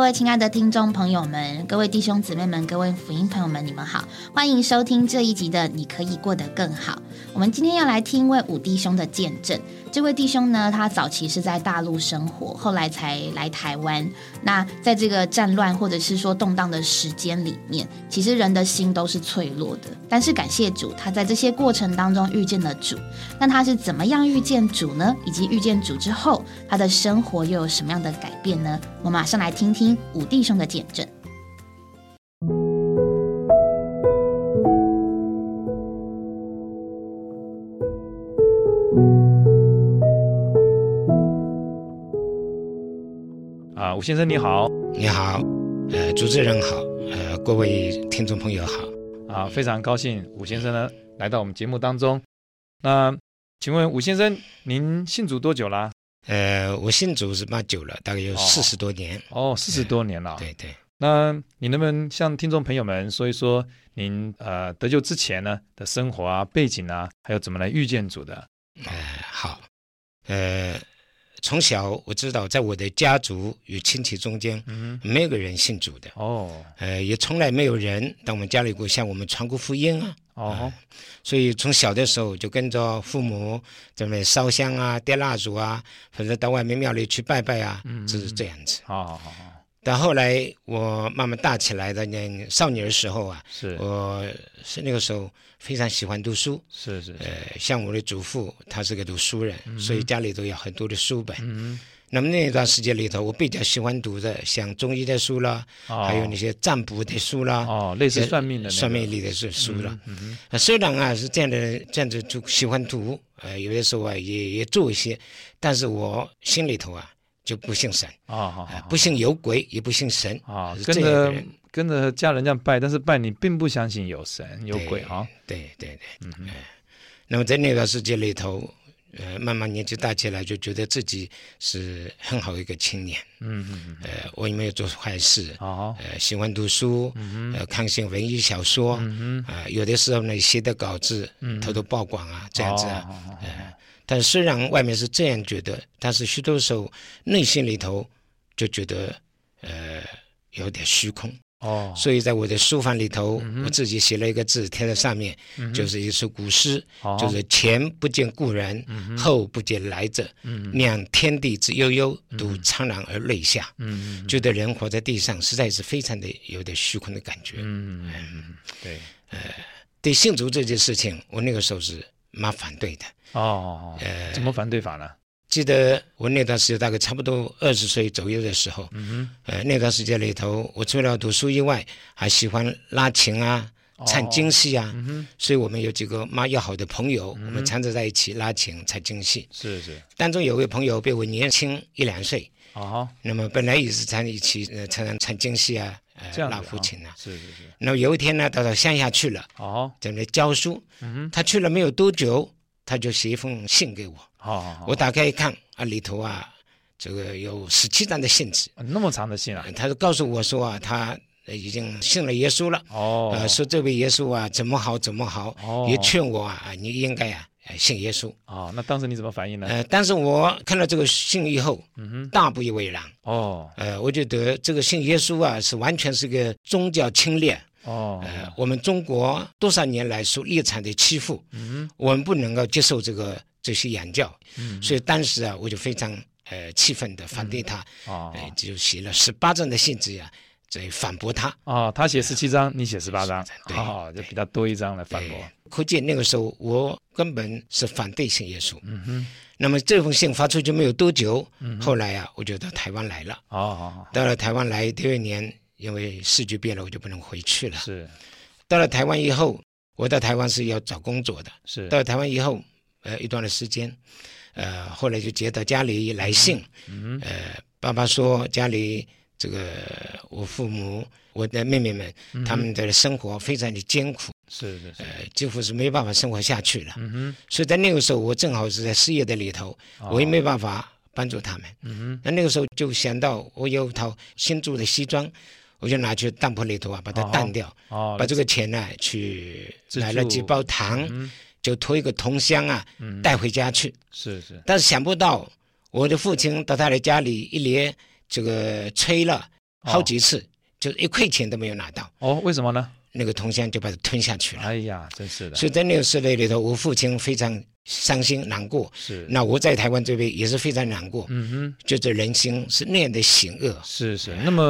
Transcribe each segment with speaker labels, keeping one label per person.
Speaker 1: 位亲爱的听众朋友们，各位弟兄姊妹们，各位福音朋友们，你们好，欢迎收听这一集的《你可以过得更好》。我们今天要来听一位五弟兄的见证。这位弟兄呢，他早期是在大陆生活，后来才来台湾。那在这个战乱或者是说动荡的时间里面，其实人的心都是脆弱的。但是感谢主，他在这些过程当中遇见了主。那他是怎么样遇见主呢？以及遇见主之后，他的生活又有什么样的改变呢？我们马上来听听五弟兄的见证。
Speaker 2: 啊，吴先生你好
Speaker 3: 你好，呃，主持人好，呃，各位听众朋友好。
Speaker 2: 啊，非常高兴吴先生呢来到我们节目当中。那请问吴先生，您信主多久啦？
Speaker 3: 呃，我信主是蛮久了，大概有
Speaker 2: 哦
Speaker 3: 四十多年。
Speaker 2: 哦，四十多年了。
Speaker 3: 对对，
Speaker 2: 那你能不能向听众朋友们说一说您呃得救之前呢的生活啊、背景啊，还有怎么来遇见主的？
Speaker 3: 呃，好，呃，从小我知道，在我的家族与亲戚中间，
Speaker 2: 嗯哼，
Speaker 3: 没有个人信主的，
Speaker 2: 哦
Speaker 3: 呃，也从来没有人到我们家里过向我们传过福音啊。
Speaker 2: 哦
Speaker 3: 所以从小的时候就跟着父母在那里烧香啊、点蜡烛啊，反正到外面庙里去拜拜啊，
Speaker 2: 嗯嗯
Speaker 3: 就是这样子。
Speaker 2: 好好好好，
Speaker 3: 但后来我慢慢大起来的呢，少年的时候啊，
Speaker 2: 是
Speaker 3: 我是那个时候非常喜欢读书，
Speaker 2: 是是是，
Speaker 3: 呃，像我的祖父，他是个读书人，所以家里头有很多的书本。
Speaker 2: 嗯
Speaker 3: 那么那段时间里头，我比较喜欢读的，像中医的书啦，
Speaker 2: 哼，哦
Speaker 3: 还有那些占卜的书啦，
Speaker 2: 哦，类似算命的那个
Speaker 3: 算命里的是书啦。
Speaker 2: 嗯哼，
Speaker 3: 呃虽然啊是这样的，这样子就喜欢读，呃，有的时候啊也也做一些，但是我心里头啊就不信神，
Speaker 2: 哦好
Speaker 3: 呃
Speaker 2: 好
Speaker 3: 不信有鬼，也不信神
Speaker 2: 啊，
Speaker 3: 是
Speaker 2: 跟
Speaker 3: 这样一个
Speaker 2: 着
Speaker 3: 人。
Speaker 2: 跟着家人这样拜，但是拜你并不相信有神有鬼哈、
Speaker 3: 对对对，嗯、那么在那段时间里头，呃，慢慢年纪大起来，就觉得自己是很好一个青年，
Speaker 2: 嗯嗯嗯，
Speaker 3: 呃，我也没有做坏事，
Speaker 2: 好，
Speaker 3: 呃，喜欢读书，呃，看些文艺小说，
Speaker 2: 嗯
Speaker 3: 啊、有的时候呢写的稿子
Speaker 2: 嗯，
Speaker 3: 偷偷曝光啊，这样子啊。
Speaker 2: 哦好好好
Speaker 3: 但虽然外面是这样觉得，但是许多时候内心里头就觉得，呃，有点虚空。
Speaker 2: 哦，
Speaker 3: 所以在我的书房里头，
Speaker 2: 嗯哼
Speaker 3: 我自己写了一个字贴在上面，
Speaker 2: 嗯
Speaker 3: 就是一首古诗，
Speaker 2: 好
Speaker 3: 就是前不见故人，
Speaker 2: 哦嗯哼
Speaker 3: 后不见来者，
Speaker 2: 嗯嗯
Speaker 3: 念天地之悠悠，独怆然而泪下。
Speaker 2: 嗯嗯
Speaker 3: 觉得人活在地上，实在是非常的有点虚空的感觉。
Speaker 2: 嗯嗯嗯，对，
Speaker 3: 对信主这件事情，我那个时候是蛮反对的。
Speaker 2: 哦，怎么反对法呢？
Speaker 3: 记得我那段时间大概差不多二十岁左右的时候，
Speaker 2: 嗯
Speaker 3: 呃，那段时间里头，我除了读书以外，还喜欢拉琴啊、
Speaker 2: 哼，
Speaker 3: 唱京
Speaker 2: 哦
Speaker 3: 戏啊。
Speaker 2: 嗯哼，
Speaker 3: 所以我们有几个蛮要好的朋友，我们常常在一起拉琴、唱京戏。
Speaker 2: 是是，
Speaker 3: 当中有位朋友比我年轻一两岁，
Speaker 2: 哦，
Speaker 3: 那么本来也是常一起呃常常唱京戏啊，呃
Speaker 2: 这样子
Speaker 3: 拉胡琴啊。
Speaker 2: 是是是，
Speaker 3: 那么有一天呢，他到乡下去了，
Speaker 2: 哦，
Speaker 3: 在那教书。
Speaker 2: 嗯
Speaker 3: 他去了没有多久，他就写一封信给我。
Speaker 2: 哼，好好好，
Speaker 3: 我打开一看啊，里头啊，这个有十七张的信纸。
Speaker 2: 那么长的信啊，
Speaker 3: 他就告诉我说啊，他呃已经信了耶稣了。
Speaker 2: 哦，
Speaker 3: 呃，说这位耶稣啊，怎么好怎么好，
Speaker 2: 哦
Speaker 3: 也劝我啊，啊你应该啊，呃信耶稣。
Speaker 2: 哦，那当时你怎么反应呢？
Speaker 3: 呃，但是我看到这个信以后，
Speaker 2: 嗯哼，
Speaker 3: 大不以为然。
Speaker 2: 哦
Speaker 3: 呃，我觉得这个信耶稣啊，是完全是个宗教侵略。
Speaker 2: 哦，
Speaker 3: 呃，我们中国多少年来受立场的欺负，
Speaker 2: 嗯
Speaker 3: 我们不能够接受这个这些洋教，
Speaker 2: 嗯，
Speaker 3: 所以当时啊，我就非常呃气愤的反对他，
Speaker 2: 哦
Speaker 3: 呃，就写了十八章的信纸呀、在反驳他。
Speaker 2: 哦，他写十七章，你写十八章，
Speaker 3: 对
Speaker 2: 哦，就比他多一章来反驳。
Speaker 3: 呃可见那个时候我根本是反对信耶稣。
Speaker 2: 嗯哼，
Speaker 3: 那么这封信发出去没有多久，后来啊，我就到台湾来了。
Speaker 2: 好好好，
Speaker 3: 到了台湾来第二年，因为世局变了，我就不能回去了。
Speaker 2: 是
Speaker 3: 到了台湾以后，我到台湾是要找工作的。
Speaker 2: 是，
Speaker 3: 到了台湾以后，呃，一段的时间，呃，后来就接到家里来信，
Speaker 2: 嗯哼，
Speaker 3: 呃，爸爸说家里这个呃我父母、我的妹妹们，
Speaker 2: 嗯
Speaker 3: 他们的生活非常的艰苦，
Speaker 2: 是是是，
Speaker 3: 呃，几乎是没办法生活下去了。
Speaker 2: 嗯
Speaker 3: 所以在那个时候，我正好是在失业的里头，
Speaker 2: 哼，
Speaker 3: 我也
Speaker 2: 哦，
Speaker 3: 没办法帮助他们。
Speaker 2: 嗯
Speaker 3: 那那个时候就想到我有一套新做的西装，我就拿去当铺里头啊，把它当掉，
Speaker 2: 哼，哦，
Speaker 3: 把这个钱呢、啊去
Speaker 2: 自助
Speaker 3: 买了几包糖，
Speaker 2: 嗯
Speaker 3: 就托一个同乡啊
Speaker 2: 嗯，
Speaker 3: 带回家去。
Speaker 2: 是是，
Speaker 3: 但是想不到我的父亲到他的家里一连这个催了
Speaker 2: 哦
Speaker 3: 好几次，就一块钱都没有拿到，
Speaker 2: 哦，为什么呢？
Speaker 3: 那个同乡就把它吞下去了。
Speaker 2: 哎呀，真是的，
Speaker 3: 所以在那个事类里头，我父亲非常伤心难过。
Speaker 2: 是，
Speaker 3: 那我在台湾这边也是非常难过，
Speaker 2: 嗯哼，
Speaker 3: 就是人心是那样的险恶。
Speaker 2: 是是。那么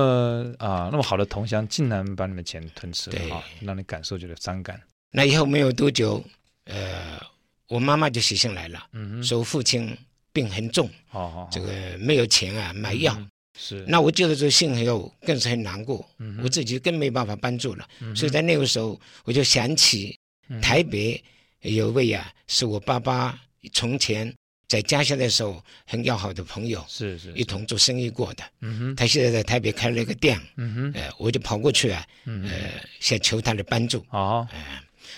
Speaker 2: 啊，那么好的同乡竟然把你们钱吞吃
Speaker 3: 对
Speaker 2: 了啊，让你感受觉得伤感。
Speaker 3: 那以后没有多久，呃，我妈妈就写信来了，
Speaker 2: 嗯哼，
Speaker 3: 说我父亲病很重，
Speaker 2: 好好，好
Speaker 3: 这个没有钱啊买药。
Speaker 2: 嗯是，
Speaker 3: 那我觉得这信以后更是很难过，
Speaker 2: 嗯哼
Speaker 3: 我自己更没办法帮助了。
Speaker 2: 嗯哼
Speaker 3: 所以在那个时候，我就想起
Speaker 2: 嗯
Speaker 3: 台北有一位啊，是我爸爸从前在家乡的时候很要好的朋友，
Speaker 2: 是是，
Speaker 3: 一同做生意过的。
Speaker 2: 嗯哼，
Speaker 3: 他现在在台北开了一个店，
Speaker 2: 嗯哼，
Speaker 3: 呃，我就跑过去啊，
Speaker 2: 嗯哼，
Speaker 3: 呃，想求他的帮助。
Speaker 2: 好，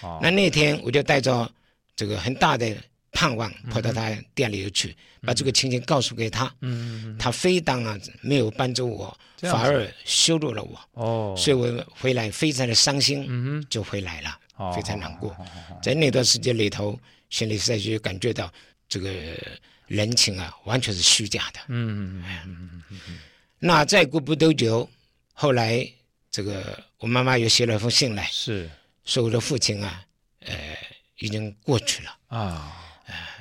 Speaker 2: 好，
Speaker 3: 哎那那天我就带着这个很大的盼望
Speaker 2: 嗯
Speaker 3: 跑到他店里头去，把这个情形告诉给他。
Speaker 2: 嗯，嗯嗯
Speaker 3: 他非但啊没有帮助我，
Speaker 2: 这样
Speaker 3: 反
Speaker 2: 子
Speaker 3: 而羞辱了我，
Speaker 2: 哦，
Speaker 3: 所以我回来非常的伤心，
Speaker 2: 嗯哦哼，
Speaker 3: 就回来了，
Speaker 2: 好
Speaker 3: 非常难过。
Speaker 2: 好好好好好
Speaker 3: 在那段时间里头，心里实在就感觉到这个人情啊，完全是虚假的。
Speaker 2: 嗯嗯嗯嗯嗯嗯
Speaker 3: 那再过不多久，后来这个我妈妈又写了封信来，
Speaker 2: 是
Speaker 3: 说我的父亲啊，呃，已经过去了，
Speaker 2: 啊，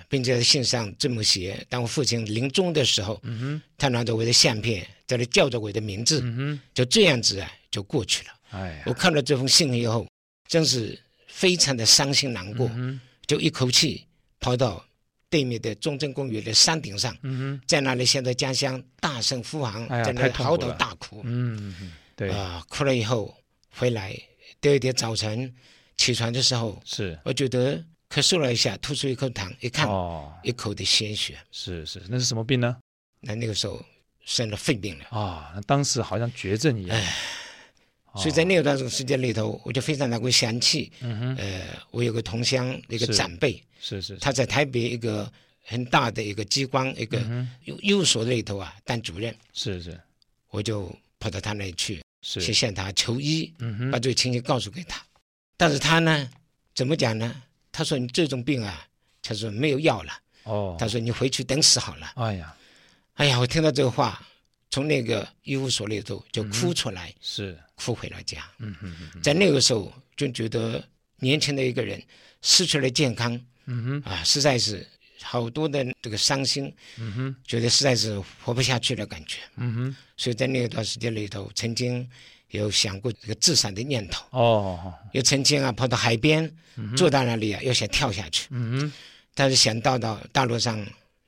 Speaker 3: 并且在信上这么写：当我父亲临终的时候，
Speaker 2: 嗯
Speaker 3: 他拿着我的相片，在那叫着我的名字
Speaker 2: 哼，，嗯
Speaker 3: 就这样子啊，就过去了。
Speaker 2: 哼，哎呀，
Speaker 3: 我看了这封信以后，真是非常的伤心难过，
Speaker 2: 嗯哼，
Speaker 3: 就一口气跑到对面的中正公园的山顶上，
Speaker 2: 嗯
Speaker 3: 在那里向着家乡大声呼喊，
Speaker 2: 哎呀
Speaker 3: 在那
Speaker 2: 太
Speaker 3: 里
Speaker 2: 痛
Speaker 3: 嚎
Speaker 2: 苦
Speaker 3: 啕
Speaker 2: 了
Speaker 3: 大哭
Speaker 2: 哼，。嗯嗯，对，
Speaker 3: 啊、哭了以后回来，第二天早晨起床的时候，
Speaker 2: 是，
Speaker 3: 我觉得咳嗽了一下，吐出一口痰，一看、
Speaker 2: 哦，
Speaker 3: 一口的鲜血，
Speaker 2: 是是，那是什么病呢？
Speaker 3: 那那个时候生了肺病了。
Speaker 2: 啊，那当时好像绝症一样，哦
Speaker 3: 哎所以在那段时间里头，我就非常能够想起，
Speaker 2: 嗯哼，
Speaker 3: 呃，我有个同乡的一个
Speaker 2: 是
Speaker 3: 长辈，
Speaker 2: 是是，是
Speaker 3: 他在台北一个很大的一个机关一个
Speaker 2: 嗯
Speaker 3: 幼幼所里头啊当主任，
Speaker 2: 是是
Speaker 3: 我就跑到他那里去，去
Speaker 2: 是，
Speaker 3: 向他求医，
Speaker 2: 嗯哼
Speaker 3: 把，这个情形告诉给他。但是他呢，怎么讲呢？他说你这种病啊，他说没有药了，
Speaker 2: 哦，
Speaker 3: 他说你回去等死好了。
Speaker 2: 哎呀，
Speaker 3: 哎呀，我听到这个话，从那个医务所里头就哭出来，
Speaker 2: 是，
Speaker 3: 哭回了家。
Speaker 2: 嗯哼嗯哼
Speaker 3: 在那个时候就觉得年轻的一个人失去了健康
Speaker 2: 嗯哼
Speaker 3: 啊，实在是好多的这个伤心，
Speaker 2: 嗯哼
Speaker 3: 觉得实在是活不下去的感觉。
Speaker 2: 嗯哼，
Speaker 3: 所以在那段时间里头，曾经有想过这个自杀的念头。
Speaker 2: 哦，
Speaker 3: 又曾经啊跑到海边，坐到那里啊，又想跳下去，
Speaker 2: 嗯哼
Speaker 3: 但是想到到大陆上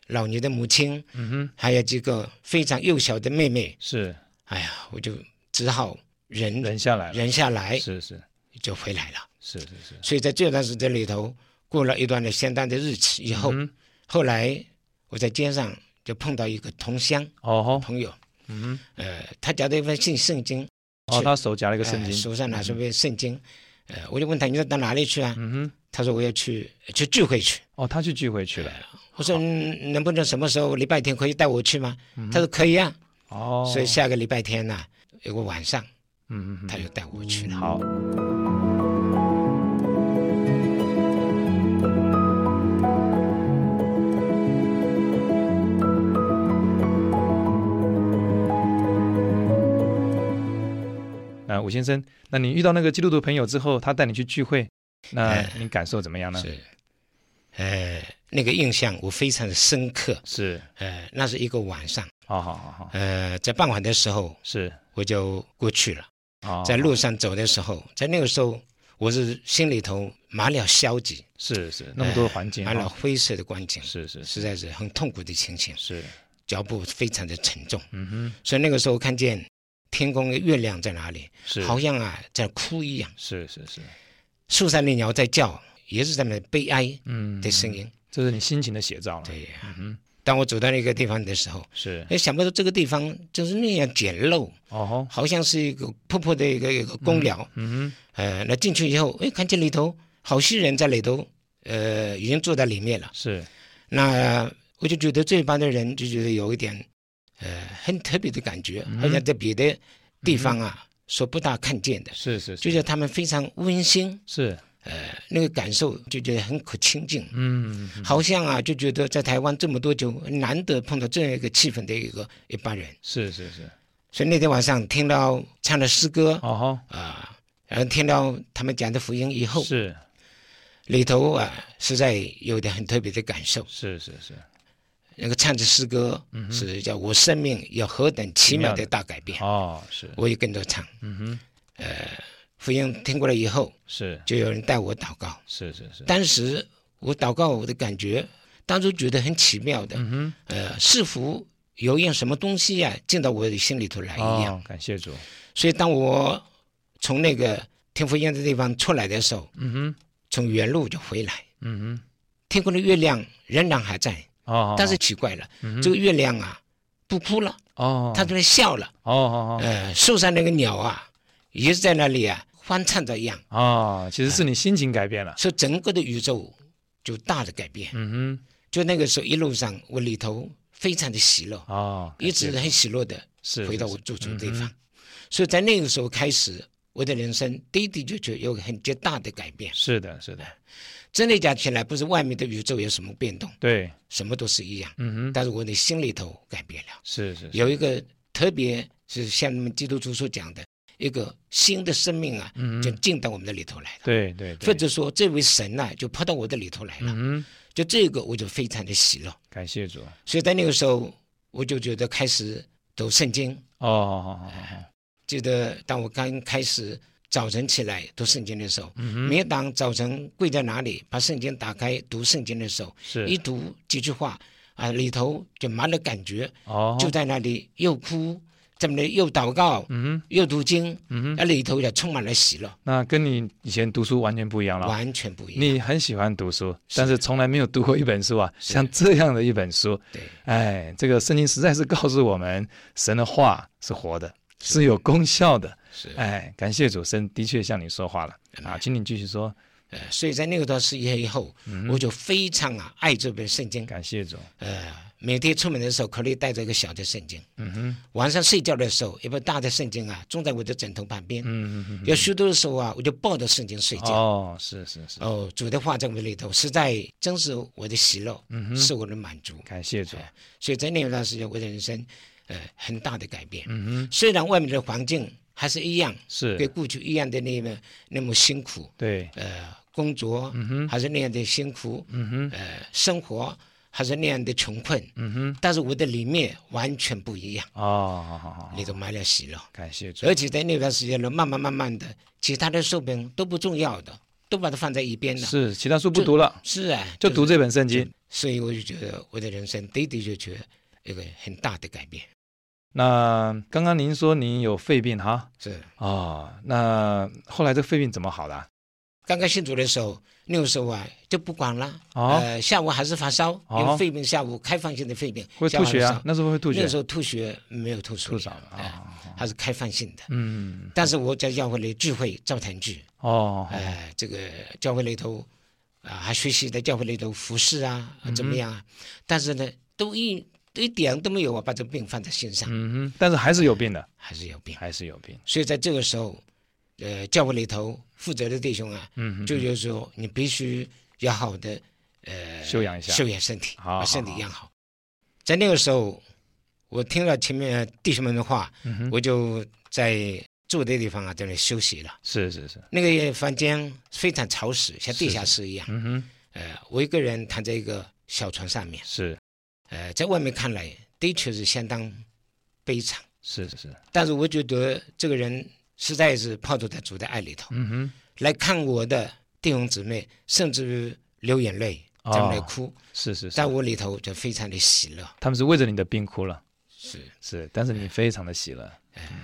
Speaker 3: 老牛的母亲，
Speaker 2: 嗯哼，
Speaker 3: 还有几个非常幼小的妹妹，
Speaker 2: 是
Speaker 3: 哎呀，我就只好忍
Speaker 2: 忍下来了，
Speaker 3: 忍下来，
Speaker 2: 是是
Speaker 3: 就回来了。
Speaker 2: 是是是，
Speaker 3: 所以在这段时间里头，过了一段的相当的日子以后，
Speaker 2: 嗯哼
Speaker 3: 后来我在街上就碰到一个同乡
Speaker 2: 哦吼，
Speaker 3: 朋友，
Speaker 2: 嗯
Speaker 3: 呃，他夹着一份信圣经，
Speaker 2: 哼，哦，他手夹了一个圣
Speaker 3: 呃
Speaker 2: 经，
Speaker 3: 手上拿着一份圣经，呃，我就问他你要到哪里去啊？
Speaker 2: 嗯哼，
Speaker 3: 他说我要去呃去聚会去。
Speaker 2: 哦，他去聚会去了，
Speaker 3: 我说嗯能不能什么时候礼拜天可以带我去吗？他说可以啊，
Speaker 2: 嗯哦，
Speaker 3: 所以下个礼拜天呢、有个晚上
Speaker 2: 嗯嗯
Speaker 3: 他就带我去了。
Speaker 2: 嗯，好，那武先生，那你遇到那个基督徒朋友之后，他带你去聚会，那
Speaker 3: 哎
Speaker 2: 你感受怎么样呢？
Speaker 3: 是，呃，那个印象我非常的深刻。
Speaker 2: 是，
Speaker 3: 呃，那是一个晚上，
Speaker 2: 好好好好，
Speaker 3: 呃，在傍晚的时候
Speaker 2: 是，
Speaker 3: 我就过去了，
Speaker 2: 哦，
Speaker 3: 在路上走的时候，在那个时候我是心里头满了消极，
Speaker 2: 是是，那么多的环境，
Speaker 3: 满了
Speaker 2: 哦
Speaker 3: 灰色的光景，
Speaker 2: 是是是
Speaker 3: 实哎在是很痛苦的情形，
Speaker 2: 是，
Speaker 3: 脚步非常的沉重。
Speaker 2: 嗯哼，
Speaker 3: 所以那个时候看见天空的月亮在哪里，
Speaker 2: 是，
Speaker 3: 好像啊在哭一样，
Speaker 2: 是是是，
Speaker 3: 树上的鸟在叫，也是他们悲哀
Speaker 2: 嗯，
Speaker 3: 的声音。
Speaker 2: 这是你心情的写照了，
Speaker 3: 对呀、
Speaker 2: 嗯哼，
Speaker 3: 当我走到那个地方的时候，
Speaker 2: 是，
Speaker 3: 哎，想不到这个地方真是那样简陋，
Speaker 2: 哦吼，
Speaker 3: 好像是一个破破的一个一个公寮。
Speaker 2: 嗯
Speaker 3: 呃，那进去以后，哎，看见里头好些人在里头，呃，已经坐在里面了
Speaker 2: 哼，。是，
Speaker 3: 那我就觉得这帮的人就觉得有一点，呃，很特别的感觉，好像在别的地方啊、所不大看见的，
Speaker 2: 是是
Speaker 3: 就是觉得他们非常温馨，
Speaker 2: 是，
Speaker 3: 呃，那个感受就觉得很可亲近。
Speaker 2: 嗯，
Speaker 3: 好像啊，就觉得在台湾这么多久，难得碰到这样一个气氛的一个一帮人，
Speaker 2: 是是是，
Speaker 3: 所以那天晚上听到唱了诗歌啊、
Speaker 2: 哦
Speaker 3: 然后听到他们讲的福音以
Speaker 2: 吼，
Speaker 3: 后，
Speaker 2: 是
Speaker 3: 里头啊实在有点很特别的感受。
Speaker 2: 是是是，
Speaker 3: 那个唱着诗歌
Speaker 2: 嗯
Speaker 3: 是叫我生命有何等奇妙的大改变，
Speaker 2: 哦是，
Speaker 3: 我也跟着唱。
Speaker 2: 嗯哼，
Speaker 3: 福音听过了以后，
Speaker 2: 是
Speaker 3: 就有人带我祷告。
Speaker 2: 是是是，
Speaker 3: 当时我祷告，我的感觉，当初觉得很奇妙的，
Speaker 2: 嗯
Speaker 3: 呃，似乎有一样什么东西呀、进到我的心里头来
Speaker 2: 哼，
Speaker 3: 一样。
Speaker 2: 哦，感谢主，
Speaker 3: 所以当我从那个听福音的地方出来的时候，
Speaker 2: 嗯哼，
Speaker 3: 从原路就回来，
Speaker 2: 嗯
Speaker 3: 天空的月亮仍然还在，
Speaker 2: 哼，哦，
Speaker 3: 但是奇怪了，
Speaker 2: 嗯哼
Speaker 3: 这个月亮啊不哭了，
Speaker 2: 哦，
Speaker 3: 它在那笑了。
Speaker 2: 哦哦
Speaker 3: 呃，树上那个鸟啊，也是在那里啊欢唱着一样，
Speaker 2: 哦，哦，其实是你心情改变了，
Speaker 3: 所以整个的宇宙就大的改变。
Speaker 2: 嗯
Speaker 3: 就那个时候一路上，我里头非常的喜乐
Speaker 2: 哼，，哦，
Speaker 3: 一直很喜乐的
Speaker 2: 是
Speaker 3: 回到
Speaker 2: 是
Speaker 3: 我
Speaker 2: 是
Speaker 3: 住处
Speaker 2: 嗯
Speaker 3: 地
Speaker 2: 哼
Speaker 3: 方。所以在那个时候开始，我的人生的的确确有个很极大的改变。
Speaker 2: 是的是的，
Speaker 3: 真的讲起来，不是外面的宇宙有什么变动，
Speaker 2: 对，
Speaker 3: 什么都是一样，
Speaker 2: 嗯哼，
Speaker 3: 但是我的心里头改变了，
Speaker 2: 是是是
Speaker 3: 有一个特别是像你们基督徒所讲的一个新的生命啊，
Speaker 2: 嗯
Speaker 3: 就
Speaker 2: 哼，
Speaker 3: 进到我们的里头来了。
Speaker 2: 对对对，
Speaker 3: 或者说，这位神呐、就跑到我的里头来了，
Speaker 2: 嗯哼，
Speaker 3: 就这个我就非常的喜乐。
Speaker 2: 感谢主，
Speaker 3: 所以在那个时候，我就觉得开始读圣经。
Speaker 2: 哦哦哦哦，哦
Speaker 3: 记得当我刚开始早晨起来读圣经的时候，
Speaker 2: 嗯哼，
Speaker 3: 每当早晨跪在哪里把圣经打开读圣经的时候，
Speaker 2: 是
Speaker 3: 一读几句话啊，里头就满了感觉，
Speaker 2: 哦，
Speaker 3: 就在那里又哭，这么的又祷告，
Speaker 2: 嗯哼
Speaker 3: 又读经，
Speaker 2: 嗯哼，
Speaker 3: 那里头也充满了喜乐，
Speaker 2: 那跟你以前读书完全不一样了。
Speaker 3: 完全不一样。
Speaker 2: 你很喜欢读书，但是从来没有读过一本书啊，像这样的一本书。
Speaker 3: 对，
Speaker 2: 哎，这个圣经实在是告诉我们，神的话是活的，是有功效的。
Speaker 3: 是，
Speaker 2: 哎，感谢主，神的确向你说话了啊，请你继续说。
Speaker 3: 呃，所以在那个段时间以后，
Speaker 2: 嗯
Speaker 3: 我就非常啊爱这本圣经，
Speaker 2: 感谢主，
Speaker 3: 呃，每天出门的时候可以带着一个小的圣经，
Speaker 2: 嗯哼，
Speaker 3: 晚上睡觉的时候一本大的圣经啊，种在我的枕头旁边。
Speaker 2: 嗯嗯嗯
Speaker 3: 有许多的时候啊，我就抱着圣经睡
Speaker 2: 嗯，
Speaker 3: 觉。
Speaker 2: 哦，是是是，
Speaker 3: 哦，主的话在我里头，实在真是我的喜乐，
Speaker 2: 嗯哼
Speaker 3: 是我的满足。
Speaker 2: 感谢主，
Speaker 3: 所以在那段时间，我的人生呃很大的改变。
Speaker 2: 嗯哼，
Speaker 3: 虽然外面的环境还是一样，跟
Speaker 2: 是，
Speaker 3: 过去一样的那么那么辛苦，
Speaker 2: 对，
Speaker 3: 呃，工作还是那样的辛苦，
Speaker 2: 嗯哼，
Speaker 3: 呃，生活还是那样的穷困，
Speaker 2: 嗯哼，
Speaker 3: 但是我的里面完全不一样，
Speaker 2: 哦，好好好，
Speaker 3: 里头满了喜乐。
Speaker 2: 感谢主，
Speaker 3: 而且在那段时间呢，慢慢慢慢的，其他的书本都不重要的，都把它放在一边了。
Speaker 2: 是其他书不读了，
Speaker 3: 是啊，
Speaker 2: 就是读这本圣经。
Speaker 3: 所以我就觉得我的人生的的确确有个很大的改变，
Speaker 2: 那刚刚您说您有肺病哈，
Speaker 3: 是
Speaker 2: 哦，那后来这肺病怎么好的啊？
Speaker 3: 刚刚信主的时候，那个时候啊就不管了，
Speaker 2: 哦
Speaker 3: 呃，下午还是发烧，
Speaker 2: 哦
Speaker 3: 因为肺病下午开放性的肺病，
Speaker 2: 会
Speaker 3: 下
Speaker 2: 吐
Speaker 3: 午还是
Speaker 2: 血
Speaker 3: 发
Speaker 2: 啊
Speaker 3: 烧？
Speaker 2: 那时候会吐
Speaker 3: 那
Speaker 2: 血
Speaker 3: 个时，候吐血没有吐出
Speaker 2: 吐
Speaker 3: 来
Speaker 2: 少了
Speaker 3: 哎
Speaker 2: 啊。哦
Speaker 3: 还是开放性的。
Speaker 2: 嗯，
Speaker 3: 但是我在教会里聚会照坛聚，
Speaker 2: 哦，
Speaker 3: 哎、这个教会里头啊、还学习在教会里头服侍啊，
Speaker 2: 嗯
Speaker 3: 啊怎么样啊？但是呢，都一都一点都没有啊，把这个病放在心上，
Speaker 2: 嗯哼，但是还是有病的，
Speaker 3: 还是有病。
Speaker 2: 还是有病。
Speaker 3: 所以在这个时候，呃，教会里头负责的弟兄啊，
Speaker 2: 嗯哼，
Speaker 3: 就就是说你必须要好呃的
Speaker 2: 休养一下。
Speaker 3: 修养身体，
Speaker 2: 好
Speaker 3: 把身
Speaker 2: 好
Speaker 3: 体
Speaker 2: 好
Speaker 3: 养好。在那个时候，我听了前面弟兄们的话，
Speaker 2: 嗯哼，
Speaker 3: 我就在住的地方啊，在那里休息了。
Speaker 2: 是是是，
Speaker 3: 那个房间非常潮湿，像地下室一样。
Speaker 2: 嗯哼，
Speaker 3: 呃，我一个人躺在一个小床上面，
Speaker 2: 是
Speaker 3: 呃，在外面看来的确是相当悲惨，
Speaker 2: 是是是，
Speaker 3: 但是我觉得这个人实在是泡在主的爱里头。
Speaker 2: 嗯哼，
Speaker 3: 来看我的弟兄姊妹，甚至于流眼泪
Speaker 2: 哦
Speaker 3: 在那里哭，
Speaker 2: 是是是
Speaker 3: 在，我里头就非常的喜乐。
Speaker 2: 他们是为着你的病哭了，
Speaker 3: 是，
Speaker 2: 是，但是你非常的喜乐。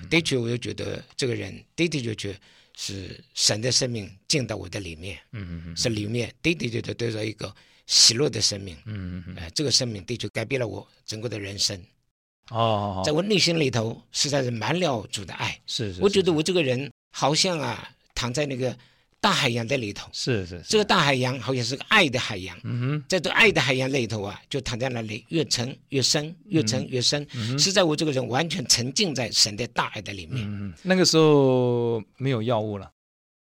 Speaker 3: 的确，我就觉得这个人的的确确是神的生命进到我的里面，
Speaker 2: 嗯嗯
Speaker 3: 是里面的的确确得到一个喜乐的生命。
Speaker 2: 嗯嗯嗯，
Speaker 3: 哎、这个生命的确改变了我整个的人生，
Speaker 2: 哦，
Speaker 3: 在我内心里头实在是满了主的爱。
Speaker 2: 是是，
Speaker 3: 我觉得我这个人好像啊，躺在那个大海洋的里头，
Speaker 2: 是是
Speaker 3: 这个，大海洋好像是个爱的海洋。
Speaker 2: 嗯哼，
Speaker 3: 在这爱的海洋里头啊，就躺在那里，越沉越深，越
Speaker 2: 嗯
Speaker 3: 沉越深，是在我这个人完全沉浸在神的大爱的里面。
Speaker 2: 嗯嗯，那个时候没有药物了，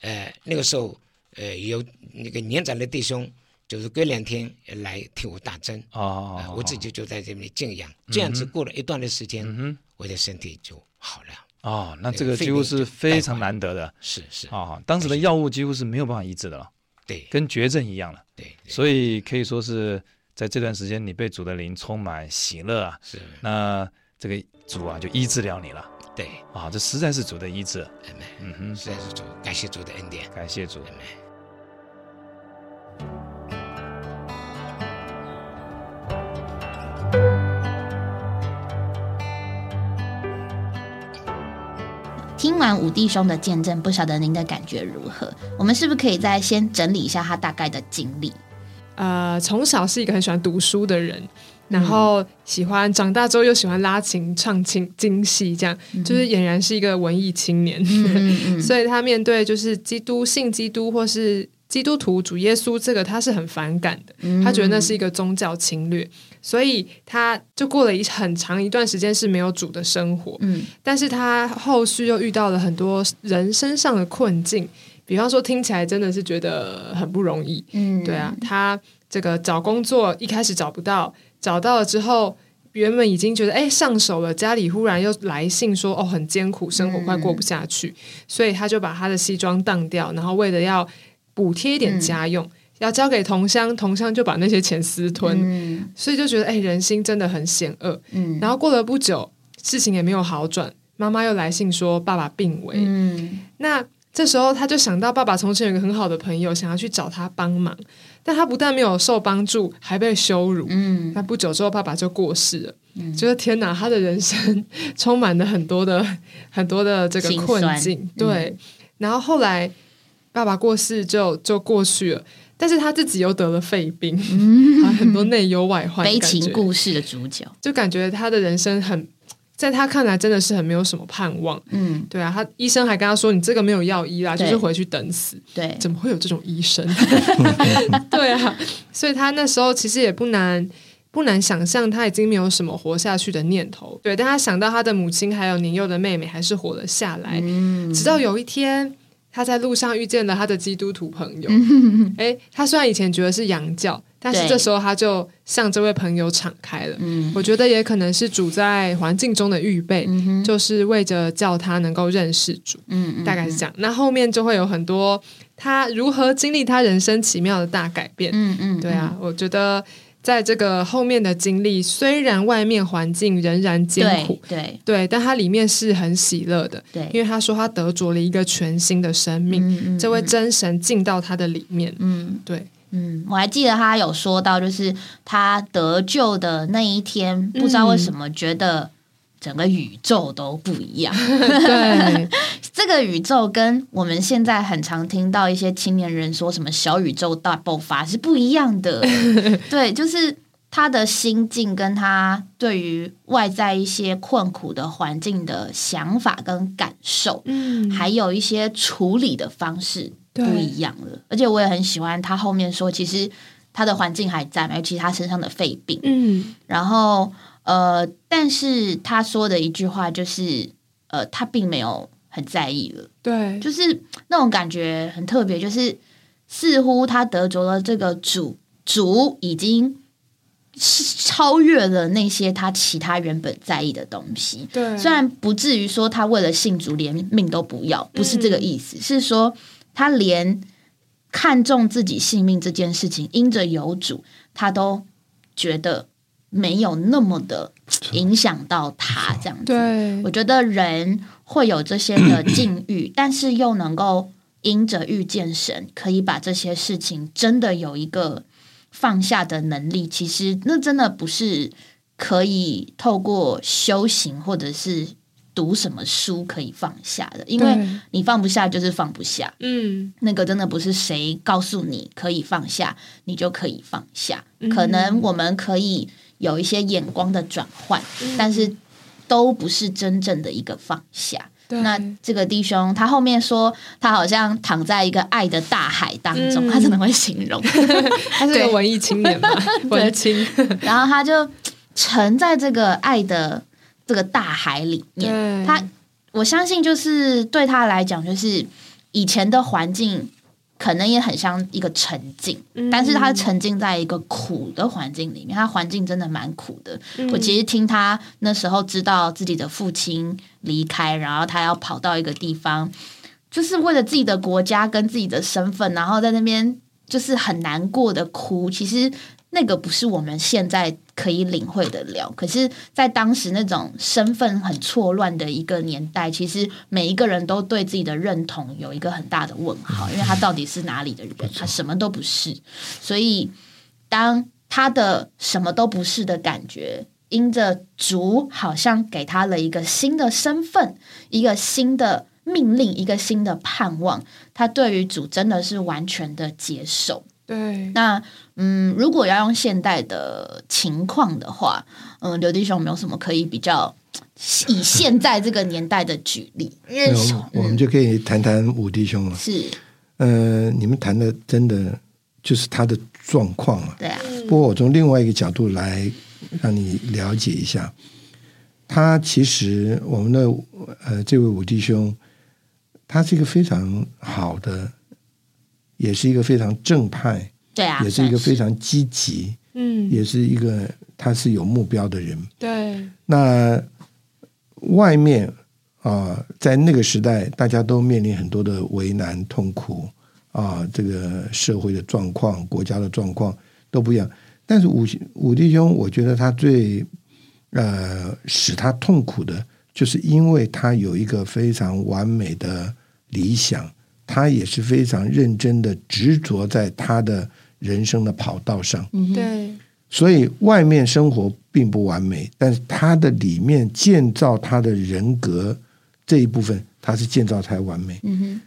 Speaker 3: 呃，那个时候，呃，有那个年长的弟兄，就是隔两天来替我打针，啊
Speaker 2: 哦，
Speaker 3: 啊我自，己就在这里静养，这样子过了一段的时间，
Speaker 2: 嗯哼，
Speaker 3: 我的身体就好了。
Speaker 2: 哦，那这
Speaker 3: 对
Speaker 2: 个
Speaker 3: 肺
Speaker 2: 几乎
Speaker 3: 病
Speaker 2: 是
Speaker 3: 就
Speaker 2: 非
Speaker 3: 带
Speaker 2: 常
Speaker 3: 坏
Speaker 2: 难得的
Speaker 3: 是是，
Speaker 2: 啊、当时的药物几乎是没有办法医治的了，
Speaker 3: 对
Speaker 2: 跟绝症一样了。
Speaker 3: 对，对
Speaker 2: 所以可以说是在这段时间，你被主的灵充满喜乐啊，
Speaker 3: 是，
Speaker 2: 那这个主啊就医治了你了
Speaker 3: 对，
Speaker 2: 啊，这实在是主的医治。
Speaker 3: 阿门。
Speaker 2: 嗯哼，
Speaker 3: 实在是主，感谢主的恩典，
Speaker 2: 感谢主
Speaker 3: 阿。门。
Speaker 1: 听完五弟兄的见证，不晓得您的感觉如何？我们是不是可以再先整理一下他大概的经历？
Speaker 4: 呃，从小是一个很喜欢读书的人，
Speaker 1: 嗯
Speaker 4: 然后喜欢长大之后又喜欢拉琴、唱京京戏，这样就是俨然是一个文艺青年。
Speaker 1: 嗯
Speaker 4: 所以他面对就是基督信基督或是基督徒主耶稣这个，他是很反感的，
Speaker 1: 嗯
Speaker 4: 他觉得那是一个宗教侵略，所以他就过了一很长一段时间是没有主的生活。
Speaker 1: 嗯
Speaker 4: 但是他后续又遇到了很多人身上的困境，比方说听起来真的是觉得很不容易，
Speaker 1: 嗯
Speaker 4: 对啊，，他这个找工作一开始找不到，找到了之后，原本已经觉得哎上手了，家里忽然又来信说哦很艰苦，生活快过不下去，
Speaker 1: 嗯
Speaker 4: 所以他就把他的西装当掉，然后为了要补贴一点家
Speaker 1: 嗯
Speaker 4: 用，要交给同乡，同乡就把那些钱私吞，
Speaker 1: 嗯
Speaker 4: 所以就觉得哎人心真的很险恶。
Speaker 1: 嗯
Speaker 4: 然后过了不久，事情也没有好转，妈妈又来信说爸爸病危，
Speaker 1: 嗯
Speaker 4: 那这时候他就想到爸爸从前有一个很好的朋友，想要去找他帮忙，但他不但没有受帮助，还被羞辱。
Speaker 1: 嗯
Speaker 4: 那不久之后，爸爸就过世了。觉得天哪，他的人生充满了很多的很多的这个
Speaker 1: 心
Speaker 4: 困
Speaker 1: 酸嗯
Speaker 4: 境。对，然后后来爸爸过世就就过去了，但是他自己又得了肺病，还很多内忧外患，
Speaker 1: 嗯悲
Speaker 4: 感觉
Speaker 1: 情故事的主角，
Speaker 4: 就感觉他的人生很，在他看来真的是很没有什么盼望。
Speaker 1: 嗯，
Speaker 4: 对啊，他医生还跟他说：“你这个没有药医啦，
Speaker 1: 对
Speaker 4: 就是回去等死。
Speaker 1: 对”，
Speaker 4: 怎么会有这种医 生？对啊，所以他那时候其实也不难不难想象，他已经没有什么活下去的念头。对，但他想到他的母亲还有年幼的妹妹还是活了下来，
Speaker 1: 嗯
Speaker 4: 直到有一天。他在路上遇见了他的基督徒朋 友，哎、他虽然以前觉得是洋教，但是
Speaker 1: 对
Speaker 4: 这时候他就向这位朋友敞开了。
Speaker 1: 嗯
Speaker 4: 我觉得也可能是主在环境中的预备，
Speaker 1: 嗯哼
Speaker 4: 就是为着叫他能够认识主，
Speaker 1: 嗯嗯
Speaker 4: 大概是这样。那后面就会有很多他如何经历他人生奇妙的大改变。
Speaker 1: 嗯嗯，
Speaker 4: 对啊，我觉得在这个后面的经历，虽然外面环境仍然艰
Speaker 1: 对
Speaker 4: 苦，
Speaker 1: 对
Speaker 4: 对，但他里面是很喜乐的，
Speaker 1: 对，
Speaker 4: 因为他说他得着了一个全新的生命，
Speaker 1: 嗯嗯
Speaker 4: 这位
Speaker 1: 嗯
Speaker 4: 真神进到他的里 面。
Speaker 1: 嗯
Speaker 4: 对，
Speaker 1: 嗯，我还记得他有说到，就是他得救的那一天，不知道为什么觉得整个宇宙都不一样。
Speaker 4: 对，
Speaker 1: 这个宇宙跟我们现在很常听到一些青年人说什么小宇宙大爆发是不一样的，对，就是他的心境跟他对于外在一些困苦的环境的想法跟感受，
Speaker 4: 嗯
Speaker 1: 还有一些处理的方式不一样了。而且我也很喜欢他后面说，其实他的环境还在嘛，尤其他身上的肺病。
Speaker 4: 嗯，
Speaker 1: 然后呃，但是他说的一句话就是，呃，他并没有很在意了，
Speaker 4: 对，
Speaker 1: 就是那种感觉很特别，就是似乎他得着了这个主，主已经。是超越了那些他其他原本在意的东西，
Speaker 4: 对，
Speaker 1: 虽然不至于说他为了信主连命都不要，不是这个意思，
Speaker 4: 嗯
Speaker 1: 是说他连看重自己性命这件事情，因着有主，他都觉得没有那么的影响到他这样子。
Speaker 4: 对
Speaker 1: 我，觉得人会有这些的境遇， 但是又能够因着遇见神，可以把这些事情真的有一个放下的能力。其实那真的不是可以透过修行或者是读什么书可以放下的，因为
Speaker 4: 对
Speaker 1: 你放不下就是放不下，
Speaker 4: 嗯，
Speaker 1: 那个真的不是谁告诉你可以放下，你就可以放下
Speaker 4: 嗯。
Speaker 1: 可能我们可以有一些眼光的转换，
Speaker 4: 嗯
Speaker 1: 但是都不是真正的一个放下。
Speaker 4: 嗯对
Speaker 1: 那这个弟兄，他后面说他好像躺在一个爱的大海当中，
Speaker 4: 嗯
Speaker 1: 他真的会形容。
Speaker 4: 他是个
Speaker 1: 对
Speaker 4: 文艺青 年嘛，文青，
Speaker 1: 然后他就沉在这个爱的这个大海里面。
Speaker 4: 对，
Speaker 1: 他我相信就是对他来讲，就是以前的环境可能也很像一个沉浸，
Speaker 4: 嗯
Speaker 1: 但是他沉浸在一个苦的环境里面，他环境真的蛮苦的。
Speaker 4: 嗯
Speaker 1: 我其实听他那时候知道自己的父亲离开，然后他要跑到一个地方，就是为了自己的国家跟自己的身份，然后在那边就是很难过的哭。其实那个不是我们现在可以领会得了，可是，在当时那种身份很错乱的一个年代，其实每一个人都对自己的认同有一个很大的问号，因为他到底是哪里的人，他什么都不是，所以。当他的什么都不是的感觉，因着主好像给他了一个新的身份，一个新的命令，一个新的盼望，他对于主真的是完全的接受。
Speaker 4: 对，
Speaker 1: 那嗯，如果要用现代的情况的话，嗯，刘弟兄有没有什么可以比较以现在这个年代的举例？因为
Speaker 5: 那我们我们就可以谈谈五弟兄了。
Speaker 1: 是
Speaker 5: 呃，你们谈的真的就是他的状况啊。
Speaker 1: 对啊，
Speaker 5: 不过我从另外一个角度来让你了解一下，他其实我们的呃这位五弟兄，他是一个非常好的，也是一个非常正派，
Speaker 1: 对啊，
Speaker 5: 也是一个非
Speaker 1: 算
Speaker 5: 常积极，
Speaker 4: 嗯，
Speaker 5: 也是一个他是有目标的人。
Speaker 4: 对，
Speaker 5: 那外面啊、在那个时代，大家都面临很多的为难、痛苦啊、这个社会的状况、国家的状况都不一样。但是五五弟兄，我觉得他最呃使他痛苦的，就是因为他有一个非常完美的理想，他也是非常认真的执着在他的人生的跑道上。
Speaker 1: 嗯哼
Speaker 4: 对，
Speaker 5: 所以外面生活并不完美，但是他的里面建造他的人格这一部分，他是建造才完美。
Speaker 1: 嗯哼，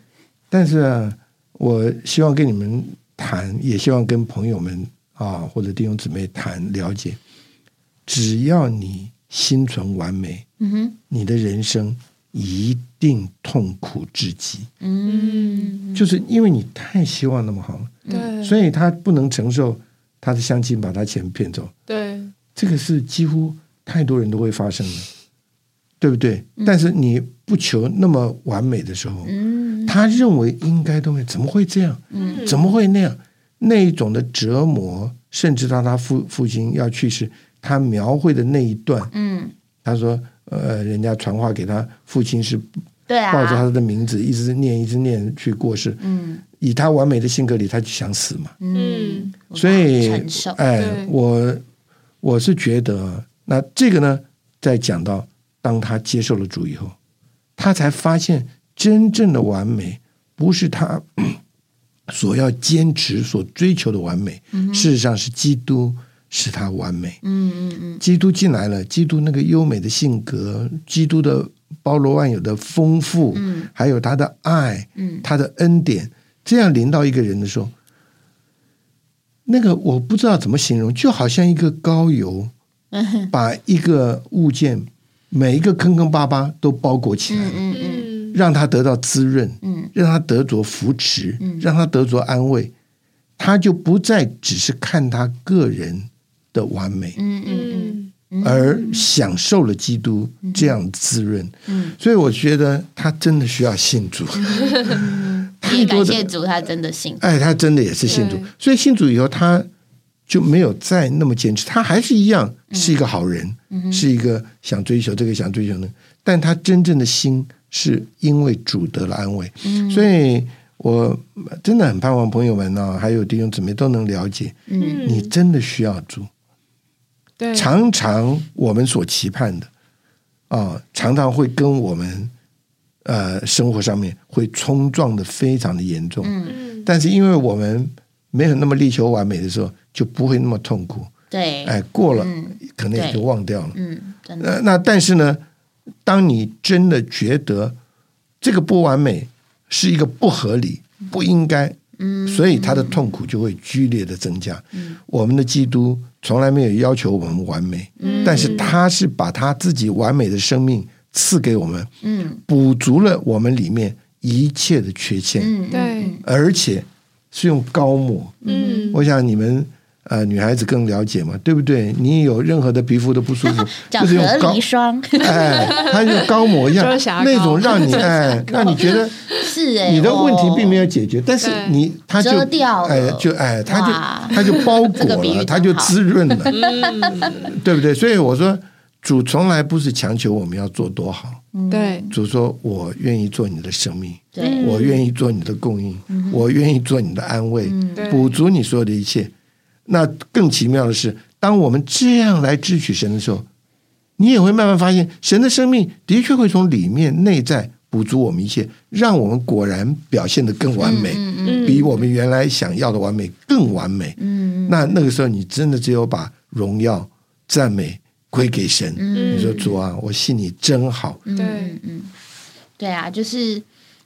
Speaker 5: 但是啊，我希望跟你们谈，也希望跟朋友们啊或者弟兄姊妹谈，了解，只要你心存完美，
Speaker 1: 嗯哼，
Speaker 5: 你的人生一定痛苦至极，
Speaker 1: 嗯，
Speaker 5: 就是因为你太希望那么好了，
Speaker 4: 对，
Speaker 5: 所
Speaker 4: 以
Speaker 5: 以他不能承受他的乡亲把他钱骗走。
Speaker 4: 对，
Speaker 5: 这个是几乎太多人都会发生 的，对不对？但是你不求那么完美的时候，
Speaker 1: 嗯，
Speaker 5: 他认为应该都没，怎么会这样？
Speaker 1: 嗯
Speaker 5: 怎么会那样？那一种的折磨，甚至到他父父亲要去世，他描绘的那一段，
Speaker 1: 嗯，
Speaker 5: 他说，呃，人家传话给他，父亲是
Speaker 1: 对啊，
Speaker 5: 抱着他的名字一直念，一直念去过世。
Speaker 1: 嗯
Speaker 5: 以他完美的性格里，他就想死嘛。
Speaker 1: 嗯，我
Speaker 5: 所以
Speaker 1: 承受，
Speaker 5: 哎
Speaker 4: 对，
Speaker 5: 我我是觉得，那这个呢，在讲到当他接受了主以后，他才发现真正的完美不是他所要坚持、所追求的完美，事实上是基督使他完美。
Speaker 1: 嗯嗯
Speaker 5: 基督进来了，基督那个优美的性格，基督的包罗万有的丰富，
Speaker 1: 嗯
Speaker 5: 还有他的爱，
Speaker 1: 嗯
Speaker 5: 他的恩典，这样临到一个人的时候，那个我不知道怎么形容，就好像一个高油
Speaker 1: 嗯哼
Speaker 5: 把一个物件每一个坑坑巴巴都包裹起来，
Speaker 1: 嗯嗯
Speaker 4: 嗯，
Speaker 5: 让它得到滋润，
Speaker 1: 嗯
Speaker 5: 让它得着扶持
Speaker 1: 嗯，
Speaker 5: 让它得着安慰，他就不再只是看他个人的完美，
Speaker 1: 嗯嗯
Speaker 4: 嗯，
Speaker 1: 嗯，
Speaker 5: 而享受了基督这样滋润。
Speaker 1: 嗯，
Speaker 5: 所以我觉得他真的需要信主。
Speaker 1: 也嗯感
Speaker 5: 多的
Speaker 1: 谢主，他真的信，
Speaker 5: 哎，他真的也是信主
Speaker 4: 对，
Speaker 5: 所以信主以后，他就没有再那么坚持，他还是一样
Speaker 1: 嗯
Speaker 5: 是一个好人，是一个想追求这个想追求那个，但他真正的心是因为主得了安慰，
Speaker 1: 嗯
Speaker 5: 所以我真的很盼望朋友们呢、还有弟兄姊妹都能了解，
Speaker 1: 嗯
Speaker 5: 你真的需要主，
Speaker 4: 对，嗯
Speaker 5: 常常我们所期盼的啊、常常会跟我们呃生活上面会冲撞的非常的严重，
Speaker 1: 嗯，
Speaker 4: 嗯，
Speaker 5: 但是因为我们没有那么力求完美的时候，就不会那么痛苦。
Speaker 1: 对，
Speaker 5: 哎，过了、
Speaker 1: 嗯
Speaker 5: 可能也就忘掉了。
Speaker 1: 嗯，真
Speaker 5: 那
Speaker 1: 的，
Speaker 5: 呃那但是呢，当你真的觉得这个不完美是一个不合理、不应该，
Speaker 1: 嗯，
Speaker 5: 所以他的痛苦就会剧烈的增加。
Speaker 1: 嗯
Speaker 5: 我们的基督从来没有要求我们完美，
Speaker 1: 嗯
Speaker 5: 但是他是把他自己完美的生命赐给我们，
Speaker 1: 嗯
Speaker 5: 补足了我们里面一切的缺陷，
Speaker 1: 嗯，
Speaker 4: 对
Speaker 1: 嗯，
Speaker 5: 而且是用高抹。
Speaker 4: 嗯，
Speaker 5: 我想你们呃女孩子更了解嘛，对不对？你有任何的皮肤的不舒服
Speaker 1: 叫
Speaker 5: 就是用
Speaker 1: 隔
Speaker 5: 膏
Speaker 1: 离，霜，
Speaker 5: 哎，它用膏抹一样
Speaker 4: 遮瑕，膏
Speaker 5: 那种让你哎，让你觉得
Speaker 1: 是哎、
Speaker 5: 你的问题并没
Speaker 1: 有。
Speaker 5: 有解决，但是
Speaker 4: 对
Speaker 5: 你它就
Speaker 1: 遮掉了
Speaker 5: 哎，就哎，它
Speaker 1: 哇
Speaker 5: 就它就包
Speaker 1: 这个
Speaker 5: 裹
Speaker 1: 比喻
Speaker 5: 了，
Speaker 1: 真
Speaker 5: 它就
Speaker 1: 好嗯
Speaker 5: 滋润了，对不对？所以我说，主从来不是强求我们要做多好，
Speaker 4: 对，
Speaker 5: 主说我愿意做你的生命，
Speaker 1: 嗯对，
Speaker 5: 我愿意做你的供应，
Speaker 1: 嗯
Speaker 5: 我愿意做你的安慰，
Speaker 4: 对
Speaker 5: 补足你所有的一切。那更奇妙的是，当我们这样来支取神的时候，你也会慢慢发现，神的生命的确会从里面内在补足我们一切，让我们果然表现得更完美，
Speaker 1: 嗯嗯
Speaker 4: 嗯
Speaker 5: 比我们原来想要的完美更完美。
Speaker 1: 嗯
Speaker 5: 那那个时候，你真的只有把荣耀、赞美归给神。
Speaker 1: 嗯，
Speaker 5: 你说主啊，我信你真好，
Speaker 1: 嗯
Speaker 4: 对
Speaker 1: 嗯嗯，对啊，就是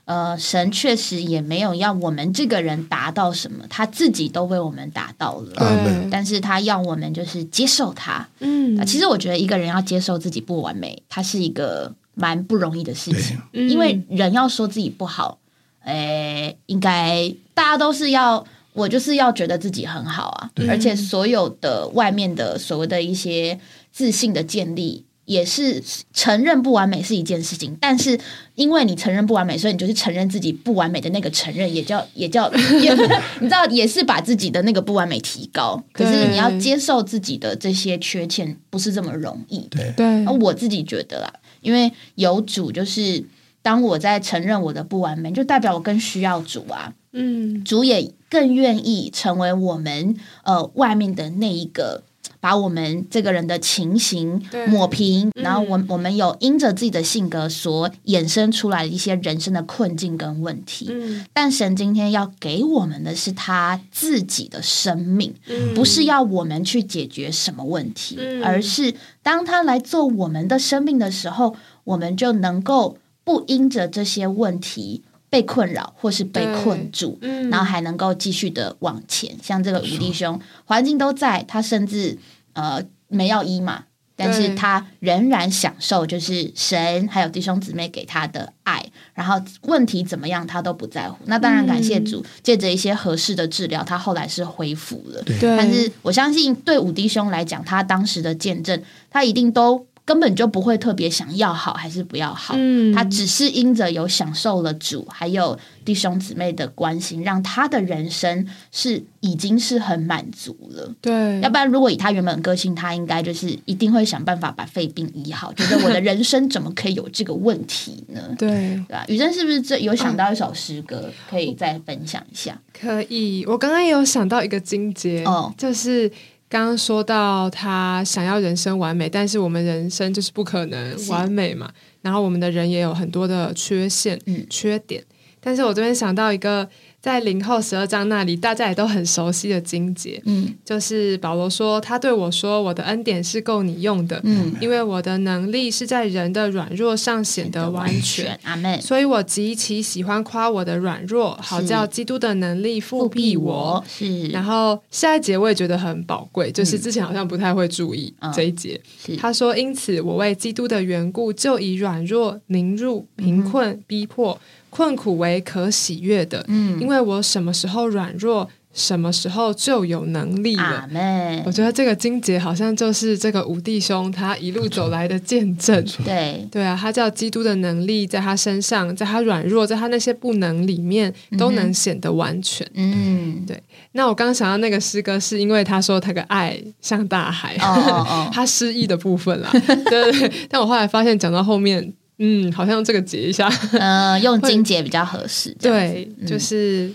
Speaker 1: 呃，神确实也没有要我们这个人达到什么，他自己都为我们达到了。
Speaker 5: 阿门
Speaker 4: 对，
Speaker 1: 但是他要我们就是接受他、
Speaker 4: 嗯
Speaker 1: 啊其实我觉得一个人要接受自己不完美，它是一个蛮不容易的事情，
Speaker 4: 嗯
Speaker 1: 因为人要说自己不好，诶，应该大家都是要，我就是要觉得自己很好啊，而且所有的外面的所谓的一些自信的建立。也是承认不完美是一件事情，但是因为你承认不完美，所以你就是承认自己不完美的那个承认，也叫也叫，也你知道，也是把自己的那个不完美提高。可是你要
Speaker 4: 对
Speaker 1: 接受自己的这些缺陷，不是这么容易的。
Speaker 4: 对
Speaker 1: 那啊我自己觉得啦，因为有主就是。当我在承认我的不完美，就代表我更需要主啊，
Speaker 4: 嗯
Speaker 1: 主也更愿意成为我们呃外面的那一个，把我们这个人的情形
Speaker 4: 对
Speaker 1: 抹平，
Speaker 4: 嗯
Speaker 1: 然后我我们有因着自己的性格所衍生出来的一些人生的困境跟问题。
Speaker 4: 嗯
Speaker 1: 但神今天要给我们的是他自己的生命，
Speaker 4: 嗯
Speaker 1: 不是要我们去解决什么问题，
Speaker 4: 嗯
Speaker 1: 而是当他来做我们的生命的时候，我们就能够不因着这些问题被困扰或是被困住，
Speaker 4: 嗯
Speaker 1: 然后还能够继续的往前。像这个五弟兄，环境都在，他甚至呃没药医嘛。但是
Speaker 4: 对
Speaker 1: 他仍然享受，就是神还有弟兄姊妹给他的爱，然后问题怎么样他都不在乎。那当然感谢主，借着一些合适的治疗，他后来是恢复了。
Speaker 4: 对，
Speaker 1: 但是我相信，对五弟兄来讲，他当时的见证，他一定都根本就不会特别想要好还是不要好，
Speaker 4: 嗯
Speaker 1: 他只是因着有享受了主，还有弟兄姊妹的关心，让他的人生是已经是很满足了。
Speaker 4: 嗯对？
Speaker 1: 要不然，如果以他原本的个性，他应该就是一定会想办法把肺病医好。觉得我的人生怎么可以有这个问题呢
Speaker 4: 对。
Speaker 1: 对吧？雨珍是不是这有想到一首诗歌，可以再分享一下？
Speaker 4: 可以，我刚刚也有想到一个金节，
Speaker 1: 哦
Speaker 4: 就是刚刚说到他想要人生完美，但是我们人生就是不可能完美嘛。然后我们的人也有很多的缺陷、
Speaker 1: 嗯
Speaker 4: 缺点。但是我这边想到一个，在零后十二章那里，大家也都很熟悉的经节，
Speaker 1: 嗯
Speaker 4: 就是保罗说：“他对我说，我的恩典是够你用的，
Speaker 1: 嗯，
Speaker 4: 因为我的能力是在人的软弱上显得完全。”
Speaker 1: 阿妹。
Speaker 4: 所以我极其喜欢夸我的软弱，好叫基督的能力复辟我。
Speaker 1: 是，
Speaker 4: 然后下一节我也觉得很宝贵，就是之前好像不太会注意
Speaker 1: 嗯
Speaker 4: 这一节。
Speaker 1: 是
Speaker 4: 他说：“因此我为基督的缘故，就以软弱、凌辱、贫困、逼迫、困苦为可喜悦的，
Speaker 1: 嗯
Speaker 4: 因为我什么时候软弱，什么时候就有能力了。
Speaker 1: 阿妹
Speaker 4: 我，觉得这个金节好像就是这个五弟兄他一路走来的见证，
Speaker 1: 对，
Speaker 4: 对啊，他叫基督的能力在他身上，在他软弱，在他那些不能里面，都能显得完全。
Speaker 1: 嗯，
Speaker 4: 那我刚刚想到那个诗歌，是因为他说他的爱像大海，
Speaker 1: 哦哦哦，
Speaker 4: 他失意的部 分啦。对对对，但我后来发现讲到后面，嗯，好像这个解一下，
Speaker 1: 呃，用金姐比较合适，这样子嗯
Speaker 4: 对，就是，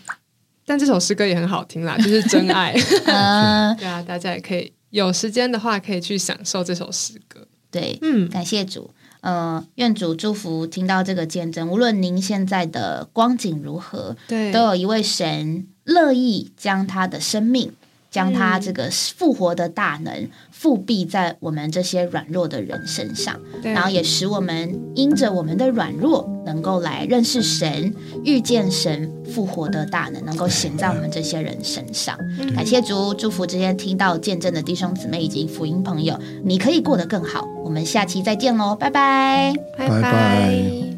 Speaker 4: 但这首诗歌也很好听啦，就是真爱。
Speaker 1: 呃，
Speaker 4: 对啊，大家也可以有时间的话，可以去享受这首诗歌。
Speaker 1: 对，
Speaker 4: 嗯，
Speaker 1: 感谢主。呃，愿主祝福听到这个见证，无论您现在的光景如何，
Speaker 4: 对，
Speaker 1: 都有一位神乐意将他的生命，将他
Speaker 4: 嗯
Speaker 1: 这个复活的大能复辟在我们这些软弱的人身上。
Speaker 4: 对
Speaker 1: 然后也使我们因着我们的软弱，能够来认识神、遇见神、复活的大能，能够显在我们这些人身上。感谢主，祝福这些听到见证的弟兄姊妹以及福音朋友，你可以过得更好。我们下期再见喽，拜拜。
Speaker 5: 拜拜